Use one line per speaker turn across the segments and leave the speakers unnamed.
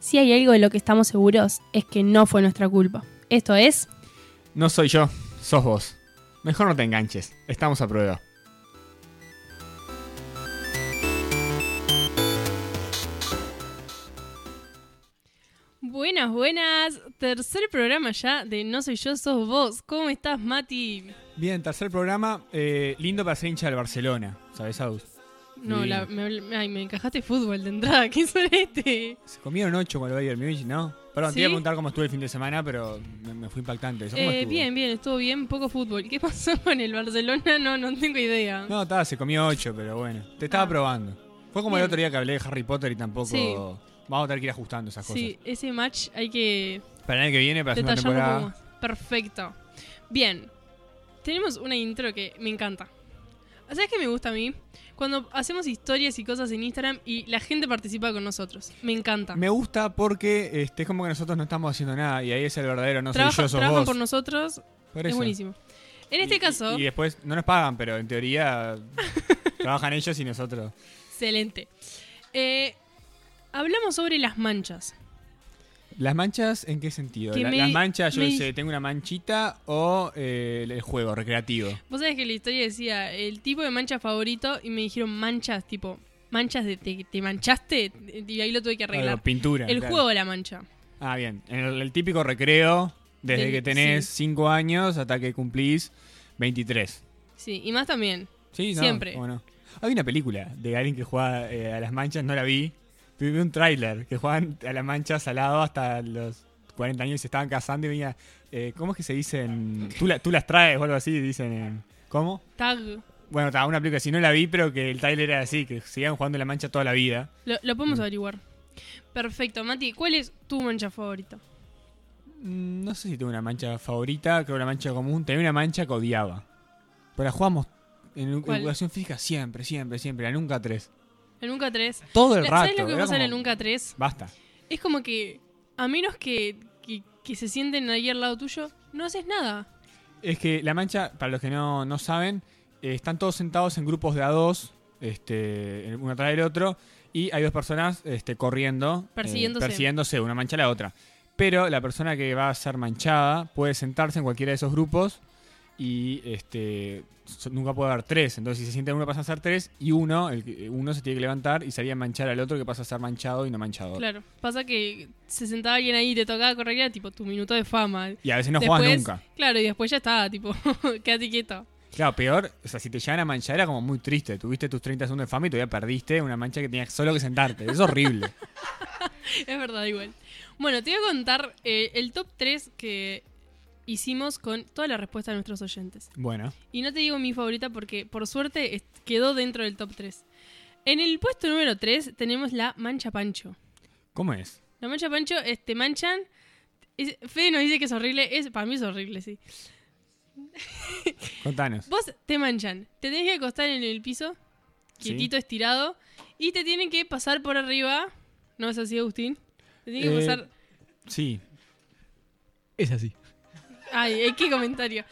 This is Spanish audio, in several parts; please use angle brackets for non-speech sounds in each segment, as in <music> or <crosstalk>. si hay algo de lo que estamos seguros es que no fue nuestra culpa. Esto es,
No soy yo, sos vos. Mejor no te enganches, estamos a prueba.
Buenas, buenas. Tercer programa ya de No Soy Yo, Sos Vos. ¿Cómo estás, Mati?
Bien, tercer programa, eh, lindo para ser hincha del Barcelona, ¿sabes, Aus?
No,
Sí.
la- me, me- ay, me encajaste fútbol de entrada. <laughs> ¿Qué este?
Se comieron ocho con el Bayern Múnich, ¿no? Perdón, te
Sí. Eh,
iba a preguntar cómo estuvo el fin de semana, pero me, me fue impactante. ¿Eso cómo estuvo?
bien, bien, estuvo bien. Poco fútbol. ¿Qué pasó <laughs> con el Barcelona? No, no tengo idea.
No, está, se comió ocho, pero bueno, te estaba
Ah.
probando. Fue como el
Bien.
otro día que hablé de Harry Potter y tampoco...
Sí.
Vamos a tener que ir ajustando esas cosas.
sí, ese match hay que
Para el año que viene, para la segunda
detallarlo
temporada...
un poco más. Perfecto. Bien. Tenemos una intro que me encanta. ¿Sabes qué me gusta a mí? Cuando hacemos historias y cosas en Instagram y la gente participa con nosotros. Me encanta.
Me gusta porque este, es como que nosotros no estamos haciendo nada y ahí es el verdadero no
Trabaja-
soy yo, sos
trabajan
vos.
por nosotros.
Por
Es
eso.
buenísimo. En
Y-
este
y-
caso,
Y, después no nos pagan, pero en
<laughs>
teoría trabajan ellos y nosotros.
excelente. Eh, hablamos sobre las manchas.
¿Las manchas en qué sentido?
Que
La-
me-
las manchas, yo
me-
dice, tengo una manchita o eh, el juego recreativo.
Vos sabés que la historia decía el tipo de mancha favorito y me dijeron manchas, tipo, manchas de te, te manchaste y ahí lo tuve que arreglar.
Algo, pintura.
el
claro.
juego de la mancha.
Ah, bien. El, el típico recreo desde
Del-
que tenés
sí.
5 años hasta que cumplís 23.
Sí, y más también.
Sí, no,
Siempre.
cómo no. Hay una película de alguien que juega eh, a las manchas, no la vi. pero Vi un tráiler que juegan a las manchas al lado hasta los 40 años y se estaban casando y venía. eh, ¿Cómo es que se dicen? Tú, la- tú las traes o algo así, dicen. en- ¿Cómo?
Tag.
Bueno, estaba una película así, no la vi, pero que el tráiler era así, que seguían jugando a la mancha toda la vida.
Lo, lo podemos
Mm.
averiguar. Perfecto, Mati, ¿cuál es tu mancha favorita?
Mm, No sé si tengo una mancha favorita, creo que la mancha común. Tenía una mancha que odiaba. Pero la jugamos en edu-
¿Cuál?
educación física siempre, siempre, siempre. La nunca tres.
El Nunca 3.
Todo el rato.
¿Sabes lo que
era
pasa en el
como,
Nunca 3?
Basta.
Es como que, a menos que, que- que se sienten ahí al lado tuyo, no haces nada.
Es que La Mancha, para los que no, no saben, eh, están todos sentados en grupos de a dos, este, uno atrás del otro, y hay dos personas este, corriendo, eh,
Persiguiéndose.
persiguiéndose, una mancha a la otra. Pero la persona que va a ser manchada puede sentarse en cualquiera de esos grupos y este, so- nunca puede haber tres. Entonces, si se sienta en uno, pasa a ser tres, y uno, el, que- uno se tiene que levantar y sería manchar al otro que pasa a ser manchado y no manchado.
Claro, pasa que se sentaba alguien ahí y te tocaba correr, era tipo tu minuto de fama.
Y a veces no
después,
juegan nunca.
Claro, y después ya estaba, tipo, <laughs> quédate quieto.
Claro, peor, o sea, si te llegan a manchar era como muy triste. Tuviste tus 30 segundos de fama y todavía perdiste una mancha que tenías solo que sentarte. Es
<laughs>
horrible.
Es verdad, igual. Bueno, te voy a contar eh, el top 3 que hicimos con toda la respuesta de nuestros oyentes.
bueno,
Y no te digo mi favorita porque, por suerte, est- quedó dentro del top 3. En el puesto número 3 tenemos la mancha pancho.
¿cómo es?
La mancha pancho, este, manchan. Es, Fede nos dice que es horrible. Es, para mí es horrible, sí.
Contanos.
Vos te manchan. Te tenés que acostar en el piso,
Sí.
quietito, estirado. Y te tienen que pasar por arriba. ¿No es así, Agustín? Te tienen que
Eh.
pasar.
Sí.
Es así.
Ay, eh, qué comentario.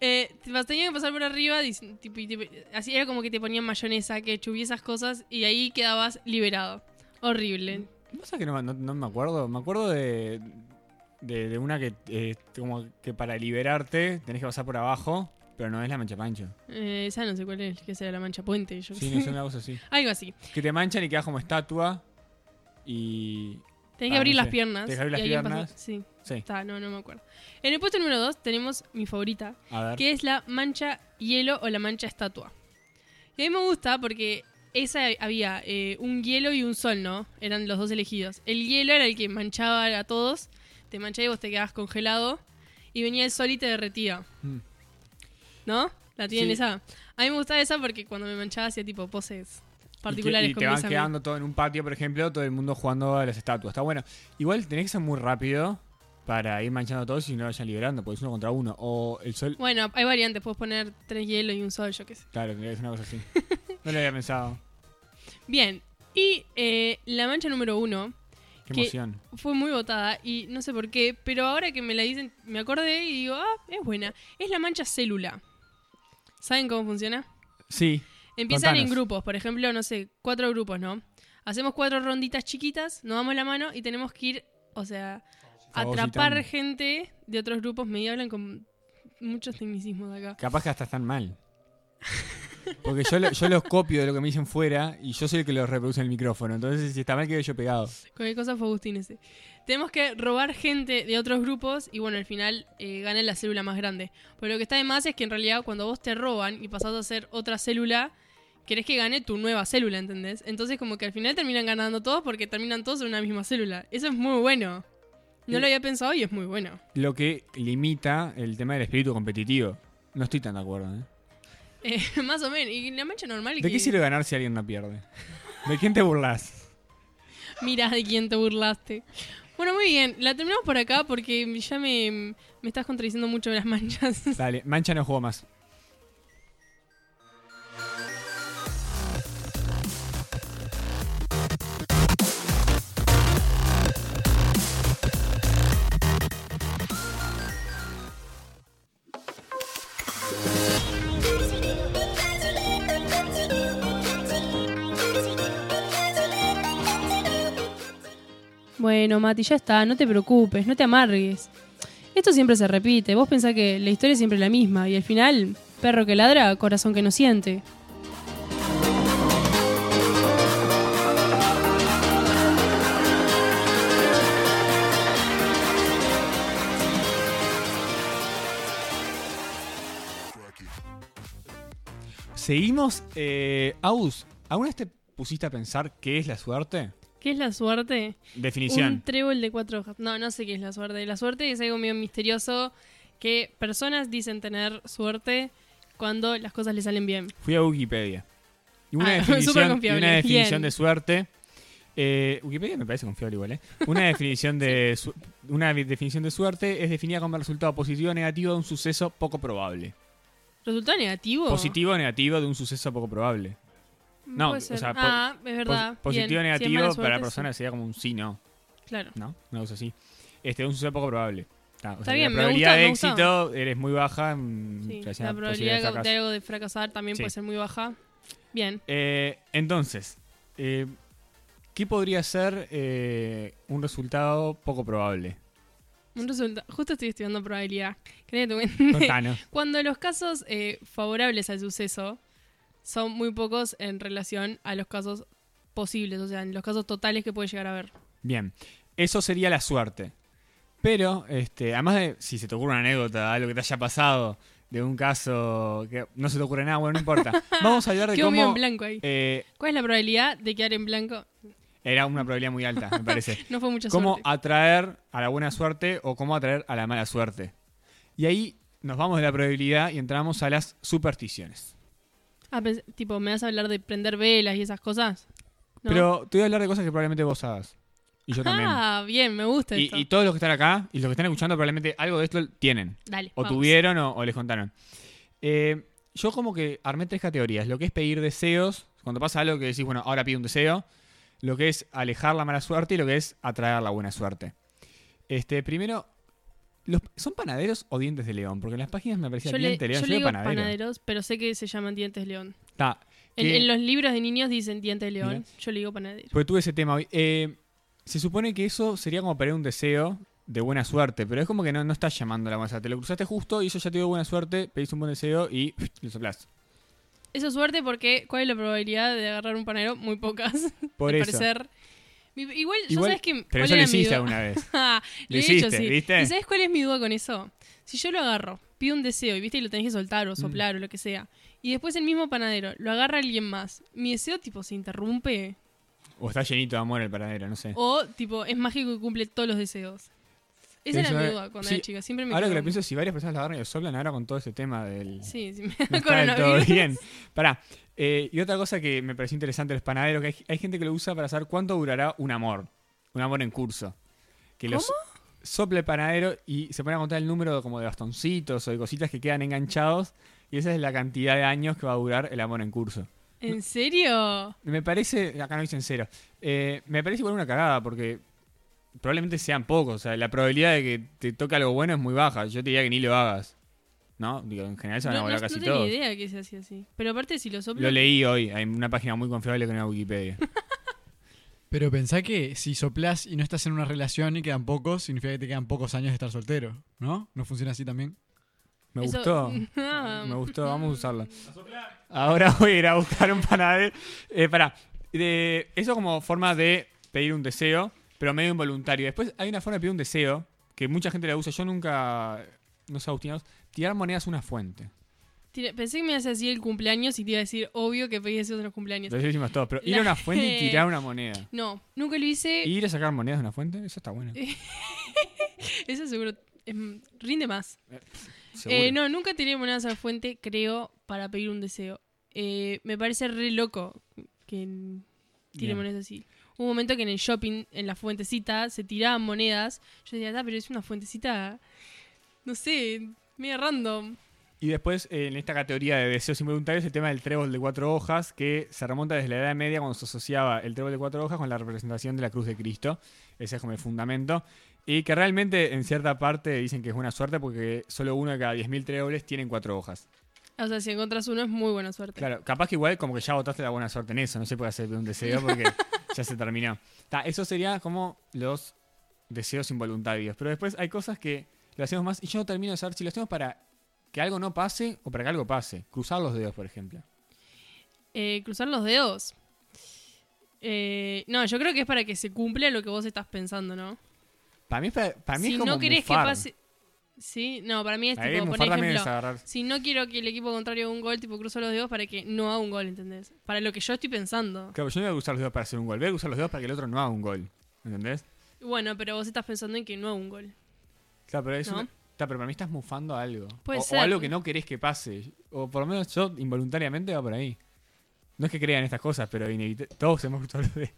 Eh, te pas- tenían que pasar por arriba. dic- tipo, y te- así era como que te ponían mayonesa, ketchup y esas cosas. Y ahí quedabas liberado. Horrible.
¿Vos sabés que no, no- no me acuerdo? Me acuerdo de, de, de una que eh, como que para liberarte tenés que pasar por abajo, pero no es la mancha pancho.
Eh, esa no sé cuál es, que sea la mancha puente. Yo qué
Sí,
sé.
no es una cosa
<laughs>
así.
Algo así.
Que te manchan y quedas como estatua y...
Tenés
Ah,
que abrir
no
las
sé.
piernas.
Tenés que abrir
y
las
alguien pasa-
piernas.
Sí,
Sí,
está, no, no me acuerdo. En el puesto número 2 tenemos mi favorita,
a ver.
que es la mancha hielo o la mancha estatua. Y a mí me gusta porque esa había eh, un hielo y un sol, ¿no? Eran los dos elegidos. El hielo era el que manchaba a todos, te manchaba y vos te quedabas congelado. Y venía el sol y te derretía,
Mm.
¿no? ¿La tienen
Sí.
esa? A mí me gustaba esa porque cuando me manchaba hacía tipo poses
Y,
particulares
que-
con
y te
mis
van
amigos.
quedando todo en un patio, por ejemplo, todo el mundo jugando a las estatuas. Está bueno. Igual tenés que ser muy rápido para ir manchando a todos y no vayan liberando, porque es uno contra uno. O el sol.
Bueno, hay variantes, puedes poner tres hielo y un sol, yo qué sé.
Claro, tendría que ser una cosa
<laughs>
así. No lo había pensado.
Bien, y eh, la mancha número uno
Qué
Que-
emoción.
fue muy votada y no sé por qué, pero ahora que me la dicen, me acordé y digo, ah, es buena. Es la mancha célula. ¿Saben cómo funciona?
Sí.
Empiezan en
Contanos.
grupos, por ejemplo, no sé, cuatro grupos, ¿no? Hacemos cuatro ronditas chiquitas, nos damos la mano y tenemos que ir, o sea,
Fagocitando.
atrapar gente de otros grupos. Me hablan con muchos tecnicismos de acá.
Capaz que hasta están mal. Porque yo, lo- yo los copio de lo que me dicen fuera y yo soy el que los reproduce en el micrófono. Entonces, si está mal, quedo yo pegado.
Cualquier cosa fue Agustín ese. Tenemos que robar gente de otros grupos y bueno, al final eh, gana la célula más grande. Pero lo que está de más es que en realidad cuando vos te roban y pasás a ser otra célula, querés que gane tu nueva célula, ¿entendés? Entonces como que al final terminan ganando todos porque terminan todos en una misma célula. Eso es muy bueno. No
Sí.
lo había pensado y es muy bueno. <laughs>
Lo que limita el tema del espíritu competitivo. No estoy tan de acuerdo. ¿eh?
Eh, más o menos. Y la mancha normal es
¿De qué
que
sirve ganar si alguien no pierde? ¿De quién te burlas?
mirás de quién te burlaste. Bueno, muy bien. La terminamos por acá porque ya me, me estás contradiciendo mucho de las manchas.
Dale, Mancha no jugó más.
Bueno, Mati, ya está, no te preocupes, no te amargues. Esto siempre se repite, vos pensás que la historia es siempre la misma y al final, perro que ladra, corazón que no siente.
Seguimos. Eh, Aus, ¿alguna vez te pusiste a pensar qué es la suerte?
¿Qué es la suerte? Un
Definición.
trébol de cuatro hojas. No, no sé qué es la suerte. La suerte es algo medio misterioso que personas dicen tener suerte cuando las cosas le salen bien.
Fui a Wikipedia. Y una
Ah, <laughs> súper
definición, y
confiable,
una definición
bien.
de suerte. eh, Wikipedia me parece confiable igual, ¿eh? Una
<laughs>
definición, de su- una vi- definición de suerte es definida como el resultado positivo o negativo de un suceso poco probable.
¿Resultado negativo?
Positivo o negativo de un suceso poco probable. no,
Puede
o
ser.
sea, po-
ah, es verdad.
Pos- positivo o
Bien. Si es
negativo
mala
para la
suerte,
persona sería como un sí, no,
sí. Claro.
¿no? Una cosa así. Este, un suceso poco probable. Ah, o
Está
sea,
bien, me
la probabilidad
gusta,
de
me gusta.
éxito eres muy baja. mm, relación a
Sí. La
posibilidad de
probabilidad de,
fracaso.
algo de fracasar también
Sí.
puede ser muy baja. Bien.
Eh, entonces, eh, ¿qué podría ser eh, un resultado poco probable?
<laughs> Un resultado. Justo estoy estudiando probabilidad.
<laughs>
¿Querés que te cuente?
Contanos.
Cuando los casos eh, favorables al suceso son muy pocos en relación a los casos posibles, o sea, en los casos totales que puede llegar a haber.
Bien, eso sería la suerte. Pero, este, además de, si se te ocurre una anécdota, algo que te haya pasado, de un caso que no se te ocurre nada, bueno, no
<laughs>
importa. Vamos a hablar de
Quedó medio en
cómo
blanco ahí.
eh,
¿Cuál es la probabilidad de quedar en blanco?
era una probabilidad muy alta, me parece.
No fue mucha
cómo
suerte.
atraer a la buena suerte o cómo atraer a la mala suerte. Y ahí nos vamos de la probabilidad y entramos a las supersticiones.
Ah, pens- tipo, ¿me vas a hablar de prender velas y esas cosas? ¿No?
Pero te voy a hablar de cosas que probablemente vos hagas. Y yo también.
ah, bien, me gusta
Y,
esto.
y todos los que están acá y los que están escuchando probablemente algo de esto tienen.
Dale,
O
vamos.
tuvieron o, o les contaron. Eh, yo como que armé tres categorías. Lo que es pedir deseos, cuando pasa algo que decís, bueno, ahora pido un deseo. Lo que es alejar la mala suerte y lo que es atraer la buena suerte. Este, primero, los, ¿son panaderos o dientes de león? Porque en las páginas me aparecía
Yo le,
dientes de león.
yo
Yo
le
digo
digo
panadero.
panaderos, pero sé que se llaman dientes de león.
Está.
En,
Que-
en los libros de niños dicen dientes de león,
Mira.
yo le digo panadero.
Porque tuve ese tema hoy. Eh, se supone que eso sería como pedir un deseo de buena suerte, pero es como que no, no estás llamando a la buena suerte. Lo cruzaste justo y eso ya te dio buena suerte, pedís un buen deseo y lo soplás.
Eso es suerte porque ¿cuál es la probabilidad de agarrar un panadero? Muy pocas.
<laughs> Por
al
eso.
parecer. Mi- Igual, ya
Igual-
sabes que.
Pero
¿cuál
eso lo
era mi
hiciste
duda?
alguna vez.
<laughs> Ah,
Lo
lo he hecho,
hiciste,
sí.
¿viste?
¿Y sabes cuál es mi duda con eso? Si yo lo agarro, pido un deseo y viste y lo tenés que
Mm.
soltar o soplar o lo que sea, y después el mismo panadero lo agarra alguien más, mi deseo tipo se
Eh.
interrumpe
O está llenito de amor el paradero, no sé.
o tipo es mágico y cumple todos los deseos. Esa
Eso
era mi
es-
duda cuando
sí,
era chica, siempre me
Ahora que
quedó-
lo pienso, si varias personas la agarran y lo soplan ahora con todo ese tema del...
<laughs> Sí, sí, me
no
da
está del todo
coronavirus.
bien. Pará. eh, y otra cosa que me pareció interesante de los panaderos, que hay, hay gente que lo usa para saber cuánto durará un amor. Un amor en curso. Que los sopla el panadero y se pone a contar el número de- como de bastoncitos o de cositas que quedan enganchados. Y esa es la cantidad de años que va a durar el amor en curso.
¿En serio?
Me parece, acá no dicen cero, eh, me parece igual una cagada porque probablemente sean pocos, o sea, la probabilidad de que te toque algo bueno es muy baja, yo te diría que ni lo hagas, ¿no? Digo, en general <laughs> se
No,
van a
no,
volar
no
casi
tenía
todos.
idea que se hacía así. Pero aparte si lo soplo
Lo leí hoy en una página muy confiable que no era Wikipedia.
Pero pensá que si soplás y no estás en una relación y quedan pocos, significa que te quedan pocos años de estar soltero, ¿no? ¿No funciona así también?
Me
Eso- <laughs>
gustó.
Ah,
Me gustó, vamos a usarla. Ahora voy a ir a buscar un panadero. Eh, pará. De- eso como forma de pedir un deseo, pero medio involuntario. Después hay una forma de pedir un deseo que mucha gente la usa. Yo nunca, no sé, Agustinados, tirar monedas a una fuente.
Tira- Pensé que me ibas a decir el cumpleaños y te iba a decir, obvio que pedí otros cumpleaños.
Lo decimos todos, pero ir a una fuente y tirar una moneda.
No, nunca lo hice.
Ir a sacar monedas de una fuente, eso está bueno.
Eso seguro em, rinde más.
seguro.
Eh, no, nunca tiré monedas a la fuente, creo, para pedir un deseo. Eh, me parece re loco que n- tire
Bien.
monedas así. Hubo Un momento que en el shopping, en la fuentecita, se tiraban monedas. Yo decía, ah, pero es una fuentecita, no sé, medio random.
Y después, eh, en esta categoría de deseos involuntarios, el tema del trébol de cuatro hojas, que se remonta desde la Edad Media cuando se asociaba el trébol de cuatro hojas con la representación de la cruz de Cristo. Ese es como el fundamento. Y que realmente, en cierta parte, dicen que es buena suerte porque solo uno de cada 10.000 tréboles tienen cuatro hojas.
O sea, si encontras uno es muy buena suerte.
Claro, capaz que igual como que ya votaste la buena suerte en eso, no se puede hacer un deseo
<laughs>
porque ya se terminó. Ta, eso sería como los deseos involuntarios. Pero después hay cosas que lo hacemos más y yo no termino de saber si lo hacemos para que algo no pase o para que algo pase. Cruzar los dedos, por ejemplo.
Eh, cruzar los dedos. Eh, no, yo creo que es para que se cumpla lo que vos estás pensando, ¿no?
Para mí, es para, para mí
si
es como
no querés
mufar.
que pase. Sí, no, para mí es
Para mí
tipo, por
mufar también
ejemplo,
es agarrar.
si no quiero que el equipo contrario haga un gol, tipo cruzo los dedos para que no haga un gol, ¿entendés? Para lo que yo estoy pensando.
Claro, yo no voy a cruzar los dedos para hacer un gol, voy a cruzar los dedos para que el otro no haga un gol. ¿Entendés?
Bueno, pero vos estás pensando en que no haga un gol.
Claro, pero, es
No.
una- Ta, pero para mí estás mufando a algo.
Puede
o, o
ser.
algo que no querés que pase. O por lo menos yo involuntariamente va por ahí. No es que crean estas cosas, pero inevita- todos hemos cruzado los dedos.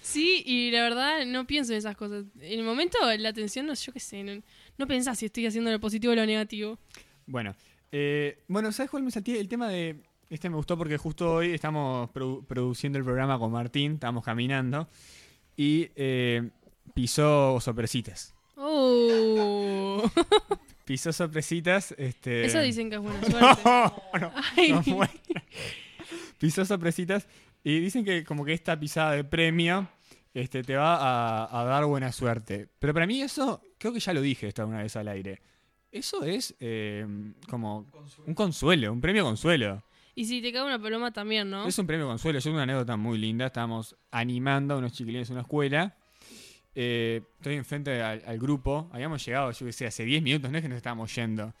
Sí, y la verdad no pienso en esas cosas. En el momento la atención, no, yo qué sé, no, no pensás si estoy haciendo lo positivo o
<laughs>
lo negativo.
<laughs> Bueno, eh, bueno, ¿sabes cuál me salté? El tema de. Este me gustó porque justo hoy estamos produ- produciendo el programa con Martín, estábamos caminando y eh, pisó sorpresitas.
Oh.
Pisó sorpresitas. Este... <laughs>
Eso dicen que es buena suerte.
No, no,
Ay.
no muestra. Pisó sorpresitas y dicen que como que esta pisada de premio este, te va a, a dar buena suerte. Pero para mí eso, creo que ya lo dije esto una vez al aire. Eso es eh, como un consuelo, un premio consuelo.
Y si te cae una paloma también, ¿no?
Es un premio consuelo. Yo tengo una anécdota muy linda. Estábamos animando a unos chiquilines en una escuela. Eh, estoy enfrente al, al grupo. Habíamos llegado, yo qué sé, hace 10 minutos, no es que nos estábamos yendo.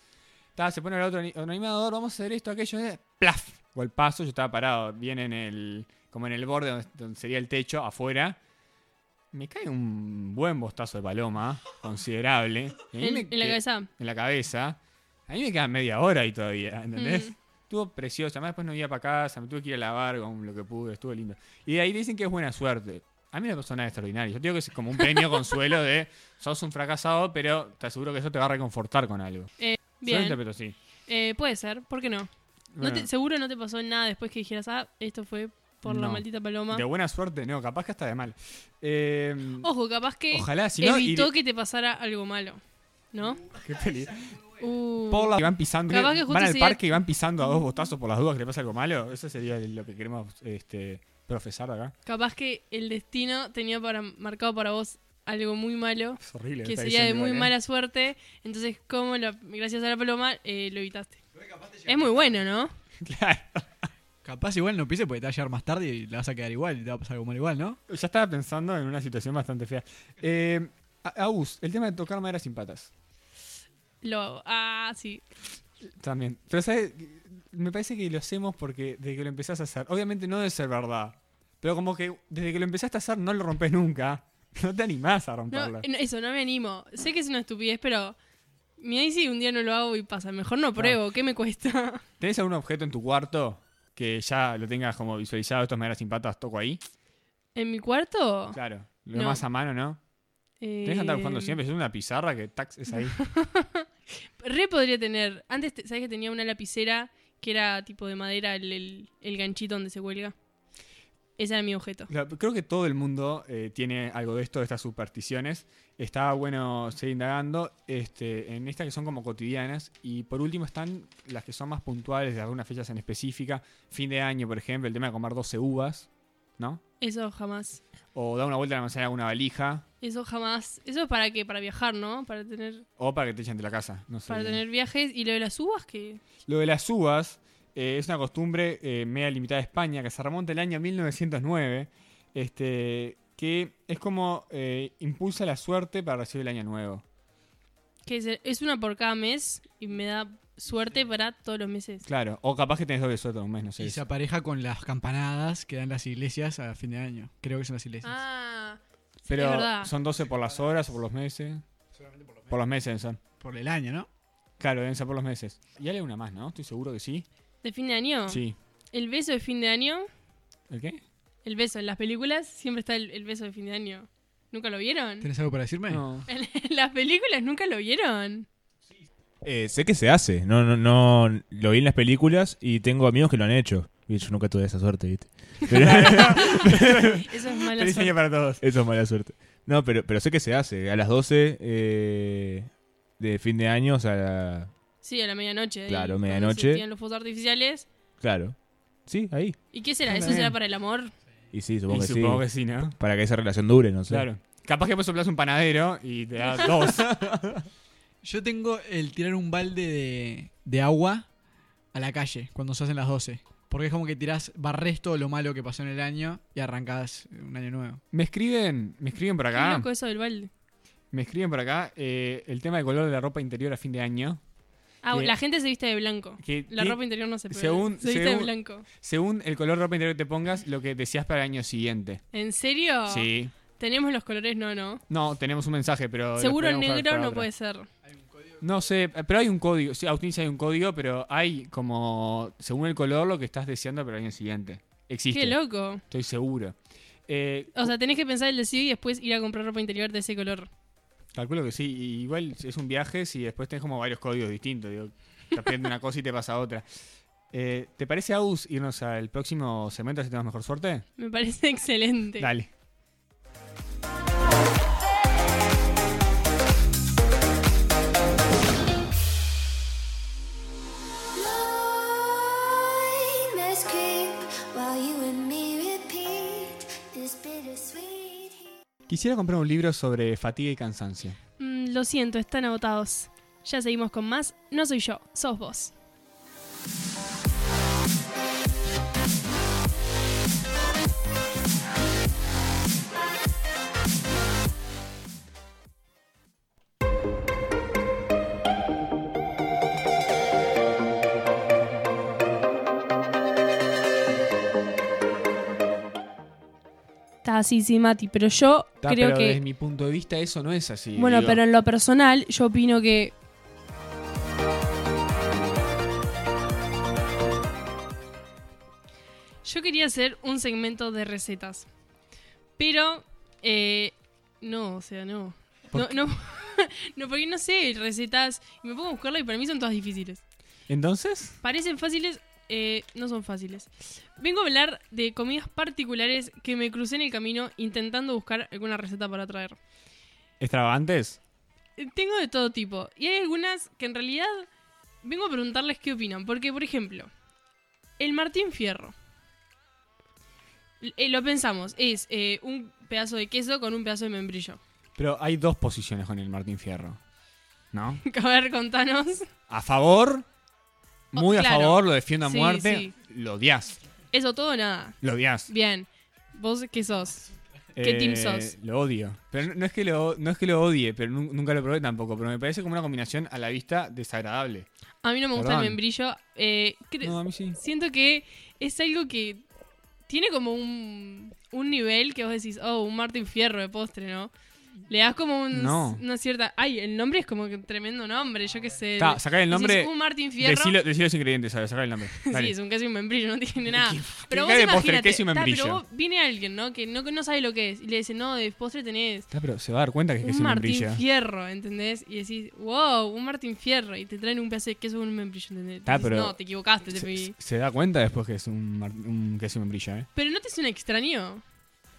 Estaba, se pone el otro, ani- otro animador, vamos a hacer esto, aquello. eh, ¡Plaf! Golpazo, yo estaba parado, bien en el. como en el borde donde, donde sería el techo, afuera. Me cae un buen bostazo de paloma, considerable. Y a mí
en,
me
en la
que-
cabeza.
en la cabeza. A mí me queda media hora ahí todavía, ¿entendés?
Mm.
Estuvo preciosa. Además, después no iba para casa, me tuve que ir a lavar con lo que pude, estuvo lindo. Y de ahí dicen que es buena suerte. A mí no me pasó nada extraordinario. Yo digo que es como un
<laughs>
premio consuelo de sos un fracasado, pero te aseguro que eso te va a reconfortar con algo. Yo lo
Bien.
interpreto así.
Eh, puede ser, ¿por qué no? No
Bueno,
te- seguro no te pasó nada después que dijeras, ah, esto fue por la
No.
maldita paloma.
de buena suerte, no, capaz que hasta de mal. Eh,
Ojo, capaz que
ojalá, si no. y-
evitó que te pasara algo malo, ¿no?
qué peli-
Uh,
Por la que van pisando,
Capaz que
que
justo
van al
sería-
parque y van pisando a dos botazos por las dudas que le pasa algo malo. Eso sería lo que queremos este, profesar acá.
Capaz que el destino tenía para, marcado para vos algo muy malo,
Es horrible.
que
esta
sería de
edición
muy
igual, ¿eh?
mala suerte. Entonces, como la- gracias a la paloma, eh, lo evitaste. Es muy bueno, ¿no?
<laughs> Claro.
Capaz igual no pise porque te va a llegar más tarde y la vas a quedar igual y te va a pasar algo mal igual, ¿no?
Ya estaba pensando en una situación bastante fea. Eh, A- Agus, el tema de tocar madera sin patas.
Lo hago. Ah, sí.
También. Pero, ¿sabes? Me parece que lo hacemos porque desde que lo empezás a hacer, obviamente no debe ser verdad, pero como que desde que lo empezaste a hacer no lo rompes nunca. <laughs> No te animás a
No,
romperla.
no, eso, no me animo. Sé que es una estupidez, pero... Mira, y si un día no lo hago y pasa, mejor no pruebo, ¿qué me cuesta? <laughs>
¿Tenés algún objeto en tu cuarto que ya lo tengas como visualizado? Estos maderas sin patas, toco ahí.
¿En mi cuarto?
Claro. Lo
No.
más a mano, ¿no? Tenés que andar buscando
Eh,
siempre. Es una pizarra que tax es ahí.
Re podría tener. Antes, te- ¿sabes que tenía una lapicera que era tipo de madera, el, el- el ganchito donde se cuelga? Ese era mi objeto.
La- Creo que todo el mundo eh, tiene algo de esto, de estas supersticiones. Está bueno seguir indagando este, en estas que son como cotidianas. Y por último están las que son más puntuales de algunas fechas en específica. Fin de año, por ejemplo, el tema de comer 12 uvas, ¿no?
Eso jamás.
O da una vuelta a la manzana con una valija.
Eso jamás. Eso es para qué? Para viajar, ¿no? Para tener,
O para que te echen de la casa. No sé.
para tener viajes. Y lo de las uvas, que
Lo de las uvas eh, es una costumbre eh, media limitada de España que se remonta al año 1909, este, que es como eh, impulsa la suerte para recibir el año nuevo.
que es, es una por cada mes y me da suerte para todos los meses.
Claro, o capaz que tenés doble suerte en un mes, no sé.
Y se apareja con las campanadas que dan las iglesias a fin de año. Creo que son las iglesias.
Ah, es
Pero
verdad.
son 12 por las horas o por los meses. Por los meses, deben ser.
Por el año, ¿no?
Claro, deben ser por los meses. Y hay una más, ¿no? Estoy seguro que sí.
¿De fin de año?
Sí.
El beso de fin de año.
¿El qué?
El beso en las películas siempre está el, el beso de fin de año. ¿Nunca lo vieron?
¿Tenés algo para decirme?
No.
<laughs> En las películas nunca lo vieron.
Eh, sé que se hace. No, no, no. Lo vi en las películas y tengo amigos que lo han hecho. Y yo nunca tuve esa suerte, ¿viste? Pero-
Eso es mala
Feliz año
suerte.
para todos.
<laughs> eso es mala suerte. No, pero, pero sé que se hace. A las 12 eh, de fin de año, o sea,
Sí, a la medianoche. ahí,
Claro,
cuando
medianoche.
se tiran los fuegos artificiales.
claro. Sí, ahí.
¿Y qué será?
Está
¿Eso
bien.
será para el amor?
Y sí,
Y
supongo que
supongo
sí.
que sí, ¿no?
Para que esa relación dure, no sé.
Claro. Capaz que vos soplás un panadero y te da dos.
<laughs>
Yo tengo el tirar un balde de, de agua a la calle cuando se hacen las 12. Porque es como que tirás, barres todo lo malo que pasó en el año y arrancás un año nuevo.
me escriben, me escriben por
Qué
acá.
loco eso del balde.
Me escriben por acá eh, el tema del color de la ropa interior a fin de año.
Ah,
Que-
la gente se viste de blanco.
Que
La
ti-
ropa interior no se puede.
Eh, según-
se viste de
según-
blanco.
Según el color de ropa interior que te pongas, lo que decías para el año siguiente.
¿En serio?
Sí.
Tenemos los colores, no, no.
No, tenemos un mensaje, pero. lo
Seguro
esperamos para-
negro
para
no
otra.
puede ser.
No sé, eh, pero hay un código. Sí, Agustín, sí hay un código, pero hay como. Según el color, lo que estás deseando para el año siguiente. Existe.
Qué loco.
Estoy seguro. Eh,
O sea, tenés que pensar el deseo y después ir a comprar ropa interior de ese color.
Calculo que sí, y igual es un viaje si después tenés como varios códigos distintos. Digo, estás pidiendo una cosa y te pasa otra. Eh, ¿Te parece, Agus, irnos al próximo segmento si tenemos mejor suerte?
Me parece <laughs> excelente.
Dale.
Limes creep while you and me repeat this bittersweet heat.
Quisiera comprar un libro sobre fatiga y cansancio.
Mm, lo siento, están agotados. Ya seguimos con más. No soy yo, sos vos.
Está así, sí, Mati, pero yo
Ta,
creo
pero
que...
desde mi punto de vista eso no es así.
Bueno,
digo.
pero en lo personal, yo opino que.
Yo quería hacer un segmento de recetas. Pero, eh, no, o sea, no. No, no, <laughs> no, porque no sé, recetas. y Me pongo a buscarlas y para mí son todas difíciles.
¿Entonces?
Parecen fáciles, eh, no son fáciles. Vengo a hablar de comidas particulares que me crucé en el camino intentando buscar alguna receta para traer.
¿Extravagantes?
Eh, Tengo de todo tipo. Y hay algunas que en realidad vengo a preguntarles qué opinan. Porque, por ejemplo, el Martín Fierro. L- eh, lo pensamos, es eh, un pedazo de queso con un pedazo de membrillo. <laughs>
Pero hay dos posiciones con el Martín Fierro. ¿No?
A ver, contanos.
A favor,
Oh,
muy a
claro.
favor, lo defiendo a
Sí,
muerte.
sí.
Lo odias.
¿Eso todo o nada?
Lo odias. Eh,
Bien. ¿Vos qué sos? ¿Qué team sos?
Lo odio. Pero no- no es que lo, no es que lo odie, pero nun- nunca lo probé tampoco. Pero me parece como una combinación a la vista desagradable.
A mí no me gusta
Perdón.
el membrillo. Eh, cre-
No, a mí sí.
Siento que es algo que tiene como un, un nivel que vos decís, oh, un Martín Fierro de postre, ¿no? Le das como un-
No.
una cierta... Ay, el nombre es como que un tremendo nombre, yo qué sé.
Ta, sacá el
Decís,
nombre.
un Martín Fierro.
Decí, los ingredientes, a ver, sacá el nombre. Dale.
<laughs> Sí, es un queso y un membrillo, no tiene nada. Pero
qué
vos
de postre?
imagínate,
Queso y
ta,
membrillo.
pero vos- viene alguien, ¿no? Que no, no sabe lo que es. Y le dice, no, de postre tenés
Ta, pero se va a dar cuenta que es que
un
se me
Martín
brilla.
Fierro, ¿entendés? Y decís, wow, un Martín Fierro. Y te traen un pedazo de queso con un membrillo, ¿entendés?
Ta,
Decís,
pero-
no, te equivocaste, te pedí.
Se, se da cuenta después que es un, mar- un que se me brilla, ¿eh?
Pero no te suena extraño.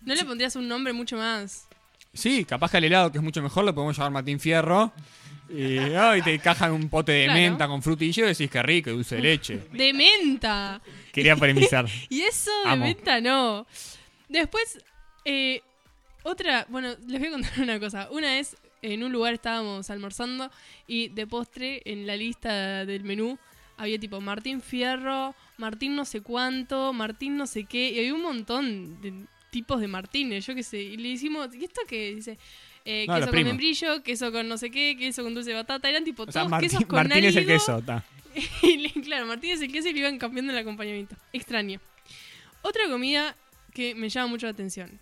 No le pondrías un nombre mucho más.
Sí, capaz que al helado, que es mucho mejor, lo podemos llamar Martín Fierro. Y, ay, te cajan un pote de
Claro.
menta con frutillo y decís que rico, y dulce de leche.
De menta.
Quería premizar.
Y eso de
Amo.
menta no. Después, eh, otra, bueno, les voy a contar <laughs> una cosa. Una es, en un lugar estábamos almorzando y de postre en la lista del menú había tipo Martín Fierro, Martín no sé cuánto, Martín no sé qué, y había un montón de tipos de Martínez, yo qué sé. Y le hicimos, ¿y esto qué? Dice, eh,
No, los
queso con
primos.
membrillo, queso con no sé qué, queso con dulce de batata, eran tipo
O sea,
todos
Martín,
quesos con
Martín es el
algo.
queso. ta.
Y le- <laughs> claro, Martínez el queso y le iban cambiando el acompañamiento. Extraño. Otra comida que me llama mucho la atención.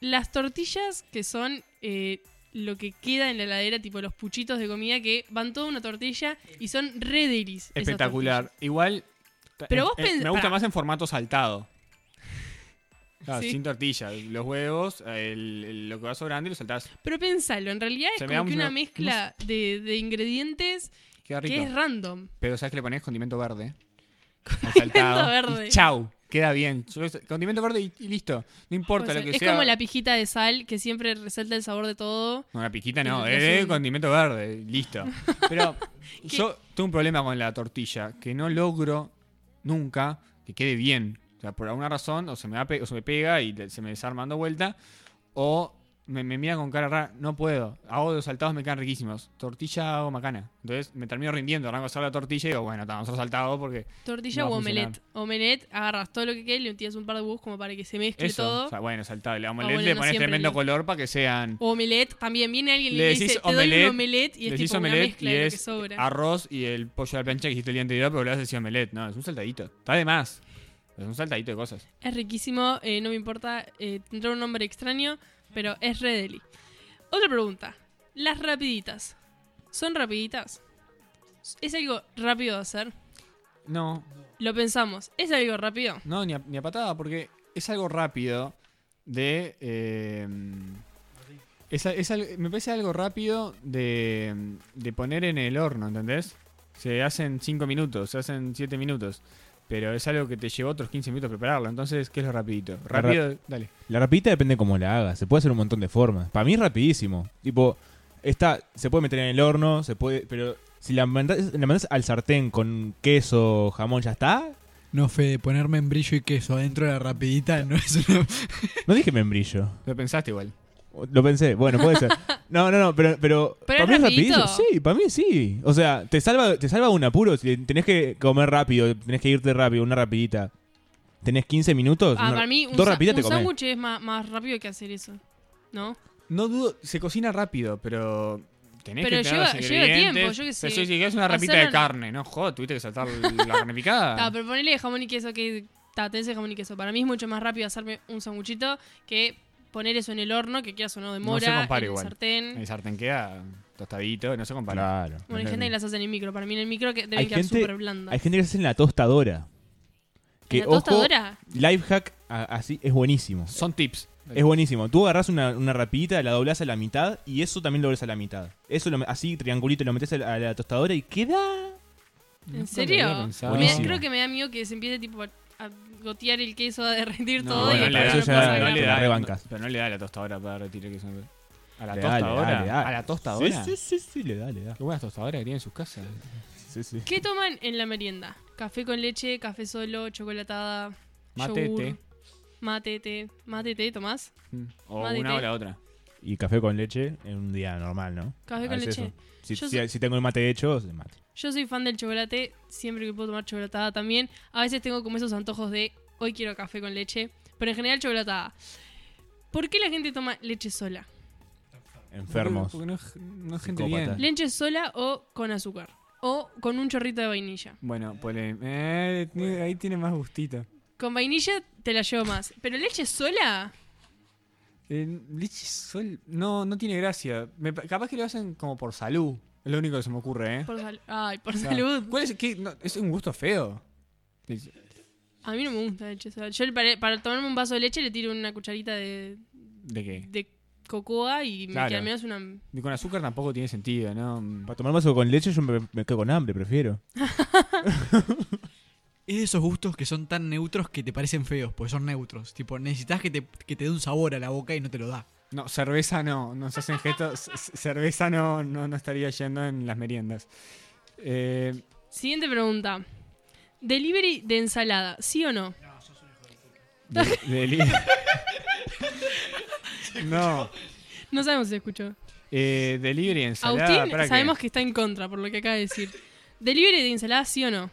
Las tortillas que son eh, lo que queda en la heladera, tipo los puchitos de comida que van toda una tortilla y son re delis. esas
Espectacular. Igual. ta-
Pero
eh,
vos
eh,
pens-
Me gusta
pará.
más en formato saltado. Claro,
Sí.
sin tortilla. Los huevos, el- el- lo que va sobrando y lo saltás.
tortillas. Pero pensalo, en realidad es
Se me
como
da
que
una-
una mezcla de, de ingredientes
Queda rico.
que es random.
Pero sabes que le ponés condimento
<laughs>
verde.
Condimento verde.
Y chau. Queda bien. Yo- Condimento verde y, y listo. No importa
O sea,
lo que
Pues es
sea.
como la pijita de sal que siempre resalta el sabor de todo.
No, la pijita no,
Y
es
le hace un-
condimento verde,
<laughs>
listo. <laughs> Pero yo tengo un problema con la tortilla, que no logro nunca que quede bien. O sea, por alguna razón, o se me, va pe- o se me pega y le- se me desarma dando vuelta, o me, me mira con cara rara, no puedo. Hago los saltados, me quedan riquísimos. Tortilla hago macana. Entonces me termino rindiendo, arranco a hacer la tortilla y digo, bueno, estamos saltados porque...
Tortilla
No va
o
a funcionar.
omelette. Omelette, agarras todo lo que quede y le untías un par de huevos como para que se mezcle
Eso,
todo.
o sea, bueno, saltado. Le damos
Ah, bueno,
le
no
pones
siempre
tremendo
le-
color para que sean...
O omelette, también viene alguien y
Le
le, dice,
decís
te doy
omelette,
un omelette y
Les
es tipo
hizo
una
omelette
mezcla
y
de lo
es
que sobra.
arroz y el pollo a la plancha que hiciste el día anterior, pero le has decidido omelette. No, es un saltadito. Está de más. Es un saltadito de cosas.
Es riquísimo, eh, no me importa, eh, tendrá un nombre extraño, pero es re deli. Otra pregunta, las rapiditas, ¿son rapiditas? ¿Es algo rápido de hacer?
No,
Lo pensamos, ¿es algo rápido?
no, ni a, ni a patada, porque es algo rápido de... eh, es a- es al- me parece algo rápido de, de poner en el horno, ¿entendés? Se hacen 5 minutos, se hacen 7 minutos. Pero es algo que te llevó otros 15 minutos prepararlo. Entonces, ¿qué es lo rapidito?
ra-
Rápido, dale.
La rapidita depende cómo la hagas. Se puede hacer un montón de formas. Para mí es rapidísimo. Tipo, esta se puede meter en el horno, se puede. Pero si la mandás, la mandás al sartén con queso, jamón, ya está.
No, Fede, poner membrillo y queso adentro de la rapidita no es una...
No dije membrillo.
Lo pensaste igual.
Lo pensé, bueno,
<laughs>
puede ser. No, no, no, pero, pero,
Pero
para
es
mí es
rapidito.
rapidísimo. Sí, para mí sí. O sea, te salva, te salva un apuro. Si tenés que comer rápido, tenés que irte rápido, una rapidita. Tenés 15 minutos.
Ah,
una-
para mí un,
dos
sa-
rapiditas te
un
comés.
sándwich es más, más rápido que hacer eso, ¿no?
No dudo, se cocina rápido, pero tenés
Pero
que tener
lleva-
los
lleva tiempo,
ingredientes.
yo qué sé.
O sea, si querés una rapita
Hacer-
de carne, no joder, tuviste que saltar la carne
Ta, <laughs>
Ah.
picada.
pero ponele jamón y queso que. Ta, tenés el jamón y queso. Para mí es mucho más rápido hacerme un sanguchito que poner eso en el horno, que quieras o no demora,
No se compara
en el
igual.
sartén.
El sartén queda tostadito, no se compara.
Claro.
Bueno, hay gente que las hace en el micro. Para mí en el micro que deben
Hay
quedar
gente-
súper blanda.
Hay gente que se hace en la tostadora. Que,
¿En la
ojo,
tostadora?
Life hack a- así es buenísimo.
Son tips.
Es buenísimo. Tú agarras una, una rapidita, la doblás a la mitad y eso también lo doblás a la mitad. Eso lo- así, triangulito, lo metes a la, a la tostadora y queda.
¿En serio?
pensado.
Me-
Buenísimo.
creo que me da miedo que se empiece tipo a, a gotear el queso, a derretir
No,
todo.
bueno,
y
le
después
da-
no
eso ya-
puedo
no
sacarlo.
le da- arrebancas.
pero no le da a la tostadora para retirar que son- A la
Le da, le da,
tostadora.
le da.
A la tostadora.
Sí, sí, sí, sí, le da, le da.
Qué buenas tostadoras que tienen en sus casas.
Sí, sí.
¿Qué toman en la merienda? Café con leche, café solo, chocolatada,
Mate,
yogur,
té.
mate, té. ¿Mate, té tomás?
Mm. O
Madre
una o
té.
la otra.
Y café con leche en un día normal, ¿no?
Café
A
con
veces
leche.
Ah, eso. Si,
Yo
si-
so-
si tengo el mate hecho, se mate.
Yo soy fan del chocolate, siempre que puedo tomar chocolatada también. A veces tengo como esos antojos de hoy quiero café con leche, pero en general chocolatada. ¿Por qué la gente toma leche sola?
Enfermos.
Porque, porque no, es- no es gente
Psicópata.
bien.
Leche sola o con azúcar. O con un chorrito de vainilla.
Bueno, pues eh, tiene- ahí tiene más gustito.
Con vainilla te la llevo más. Pero leche sola,
Eh, leche sol no, no tiene gracia. Me pa- capaz que lo hacen como por salud. Es lo único que se me ocurre, ¿eh?
por sal- Ay, por
O sea,
salud.
¿Cuál es? qué? No, es un gusto feo.
A mí no me gusta la leche sola. Yo para, para tomarme un vaso de leche le tiro una cucharita de,
¿De qué?
de cocoa y me
Claro.
queda al menos una...
Y con azúcar tampoco tiene sentido, ¿no?
Para tomar vaso con leche, yo me, me quedo con hambre, prefiero.
Es de esos gustos que son tan neutros que te parecen feos, porque son neutros. Tipo, necesitas que te, que te dé un sabor a la boca y no te lo da.
No, cerveza no. Nos hacen gestos. C- c- cerveza no, no, no estaría yendo en las meriendas. Eh,
Siguiente pregunta. Delivery de ensalada, ¿sí o no? <laughs>
de- deli- <laughs> No.
No sabemos si se escuchó.
Eh, delivery de ensalada.
Agustín
¿para qué?
sabemos que está en contra, por lo que acaba de decir. ¿Delivery de ensalada sí o no?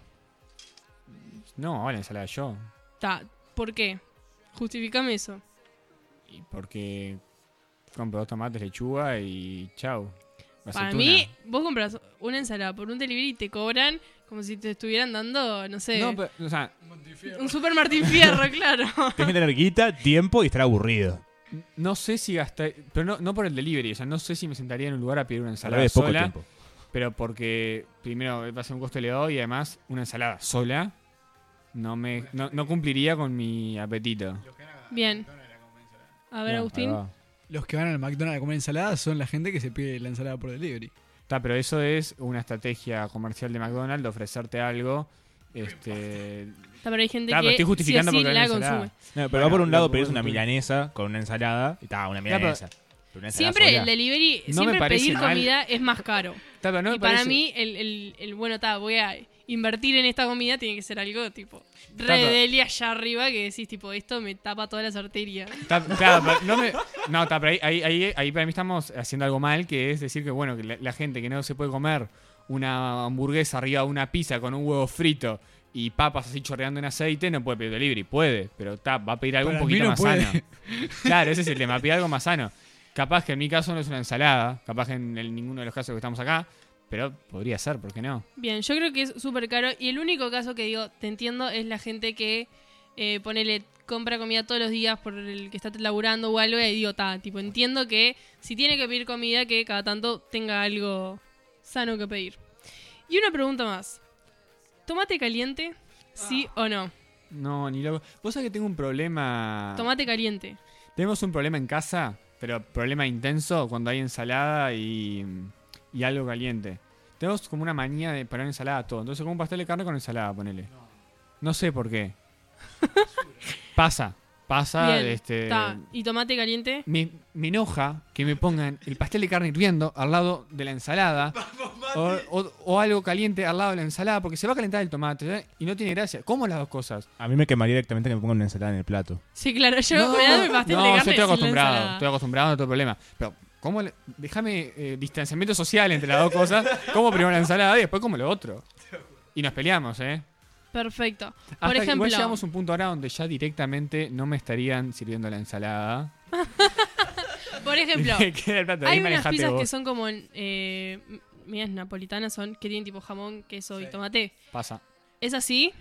No, ahora ensalada yo.
Ta, ¿Por qué? Justificame eso.
Y porque compro dos tomates, lechuga y chau.
Para
Aceituna.
mí, vos compras una ensalada por un delivery y te cobran como si te estuvieran dando, no sé,
No, pero, o sea,
un Super Martín Fierro, <laughs> claro.
Tienes que tener guita, tiempo y estar aburrido.
no sé si gasté. Pero no, no por el delivery, o sea, no sé si me sentaría en un lugar a pedir una
Al
ensalada
revés, poco
sola.
tiempo.
Pero porque primero va a ser un costo elevado y además una ensalada sola no me no, no cumpliría con mi apetito.
Bien. A ver,
No,
Ahí
Agustín.
va.
Los que van al McDonald's a comer ensalada son la gente que se pide la ensalada por delivery.
Está, pero eso es una estrategia comercial de McDonald's de ofrecerte algo. Este,
Ta, pero hay gente
Claro,
que
pero estoy justificando
sí o sí
porque
la
hay ensalada.
consume.
No, pero
Bueno,
va por
lo
un lado
que
pedís
vos
una
decís.
milanesa con una ensalada y está, una
pero-
milanesa. Pero una ensalada
Siempre
sola.
el delivery,
me
siempre
parece
pedir
mal.
comida es más caro.
Está, pero no <laughs> me
y para
parece-
mí, el, el- el, bueno, ta, voy a invertir en esta comida, tiene que ser algo tipo
Ta, pero-
redelia allá arriba que decís, tipo, esto me tapa todas las arterias.
Está- claro, pero no me- no, está, pero ahí, ahí- ahí- ahí para mí estamos haciendo algo mal, que es decir que, bueno, que la, la gente que no se puede comer una hamburguesa arriba de una pizza con un huevo frito y papas así chorreando en aceite, no puede pedir delivery. Puede, pero está, va a pedir algo
Para
un
mí
poquito
no
más
puede.
sano. Claro, ese es el tema, pide algo más sano. Capaz que en mi caso no es una ensalada, capaz que en el- ninguno de los casos que estamos acá, pero podría ser, ¿por qué no?
Bien, yo creo que es súper caro. Y el único caso que digo, te entiendo, es la gente que eh, ponele, compra comida todos los días por el que está laburando o algo, y digo, ta, tipo, entiendo que si tiene que pedir comida, que cada tanto tenga algo sano que pedir. Y una pregunta más. ¿Tomate caliente? ¿Sí o no?
No, ni loco. Vos sabés que tengo un problema...
Tomate caliente.
Tenemos un problema en casa, pero problema intenso cuando hay ensalada y, y algo caliente. Tenemos como una manía de poner ensalada a todo. Entonces, como un pastel de carne con ensalada, ponele. No, sé por qué. pasa, pasa.
Bien,
este,
ta. ¿Y tomate caliente?
me, me enoja que me pongan el pastel de carne hirviendo al lado de la ensalada. o, o- o algo caliente al lado de la ensalada, porque se va a calentar el tomate ¿eh? y no tiene gracia. ¿Cómo las dos cosas?
A mí me quemaría directamente que me pongan una ensalada en el plato.
Sí, claro, yo
no,
me da mi pastel
no,
de
yo
carne
estoy
sin la
acostumbrado,
ensalada.
estoy acostumbrado, no tengo problema. Pero, ¿cómo? le- Déjame eh, distanciamiento social entre las dos cosas. Como primero la ensalada y después como lo otro. Y nos peleamos, ¿eh?
Perfecto.
Hasta
Por
que
ejemplo,
igual llegamos a un punto ahora donde ya directamente no me estarían sirviendo la ensalada. <laughs>
por ejemplo,
Me queda el plato, ahí
Hay unas
manejate
pizzas
vos.
que son como en, eh, m- medias napolitanas, son que tienen tipo jamón, queso y tomate.
Pasa.
¿Es así?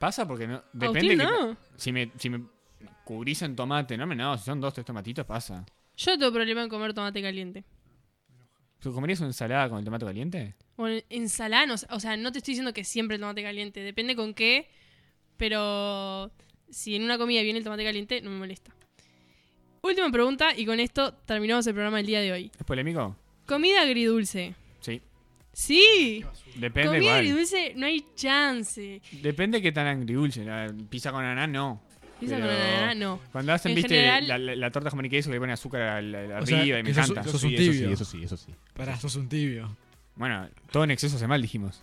Pasa porque no. Depende
Agustín,
que-
no.
Si me, si me cubrís en tomate, no me no, si son dos, tres tomatitos, pasa.
Yo no tengo problema en comer tomate caliente.
¿Tú comerías una ensalada con el tomate caliente?
O en- ensalada, no sé, o sea, no te estoy diciendo que siempre el tomate caliente, depende con qué, pero si en una comida viene el tomate caliente, no me molesta. Última pregunta, y con esto terminamos el programa del día de hoy.
¿Es polémico?
Comida agridulce.
Sí.
Sí,
Depende
comida
igual.
agridulce no hay chance.
Depende qué tan agridulce. La pizza con ananá, no.
Pizza
Pero-
con ananá, no.
Cuando hacen,
En
viste,
general-
la, la- la torta jamón y queso que le ponen azúcar al- al-
O sea,
arriba y me
que sos-
encanta.
sos- un
eso sí,
tibio.
eso sí, eso sí.
Pará, sos un tibio.
Bueno, todo en exceso hace mal, dijimos.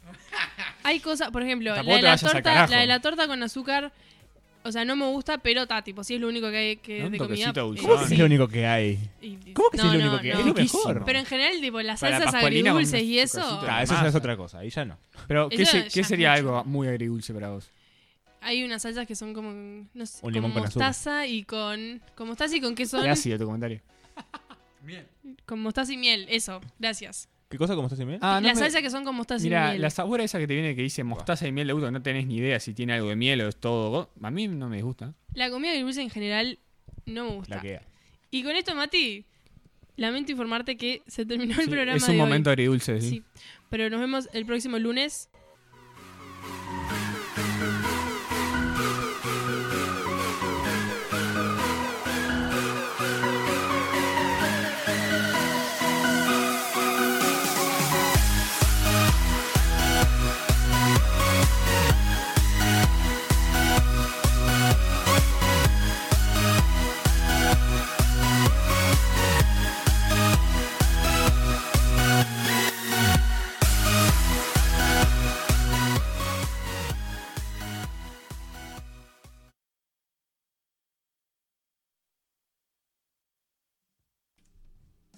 Hay cosas, por ejemplo, la
Tampoco
de
te
la,
vayas al
torta,
carajo.
la de la torta con azúcar, o sea, no me gusta, pero está, tipo, si es lo único que hay que
Da un
de comida.
toquecito
eh,
dulzón.
¿Cómo que
Sí.
es lo único que hay?
y- y-
¿Cómo que
no,
es lo
no,
único que
no.
hay? Es lo mejor.
Pero en general, tipo, las
Para la
salsas
pascualina con
agridulces y
un
eso,
azucarcito.
Ah, eso ya es otra cosa, ahí ya no.
Pero, ¿qué,
Eso
se-
ya
qué
es
sería
mucho.
algo muy agridulce para vos?
hay unas salsas que son como, no sé,
Un limón
con
con azúcar.
mostaza y con, con mostaza y con queso,
Qué ácido tu comentario.
con mostaza y miel, eso, gracias.
¿Qué cosa como estás diciendo?
Ah,
las salsas que son con mostaza y
Mira,
miel.
la sabora esa que te viene que dice mostaza y miel de gusto, que no tenés ni idea si tiene algo de miel o es todo. A mí no me gusta.
La comida agridulce en general no me gusta.
La queda.
Y con esto, Mati, lamento informarte que se terminó el
Sí,
programa
es
de
un
hoy.
momento agridulce, sí.
Sí. Pero nos vemos el próximo lunes.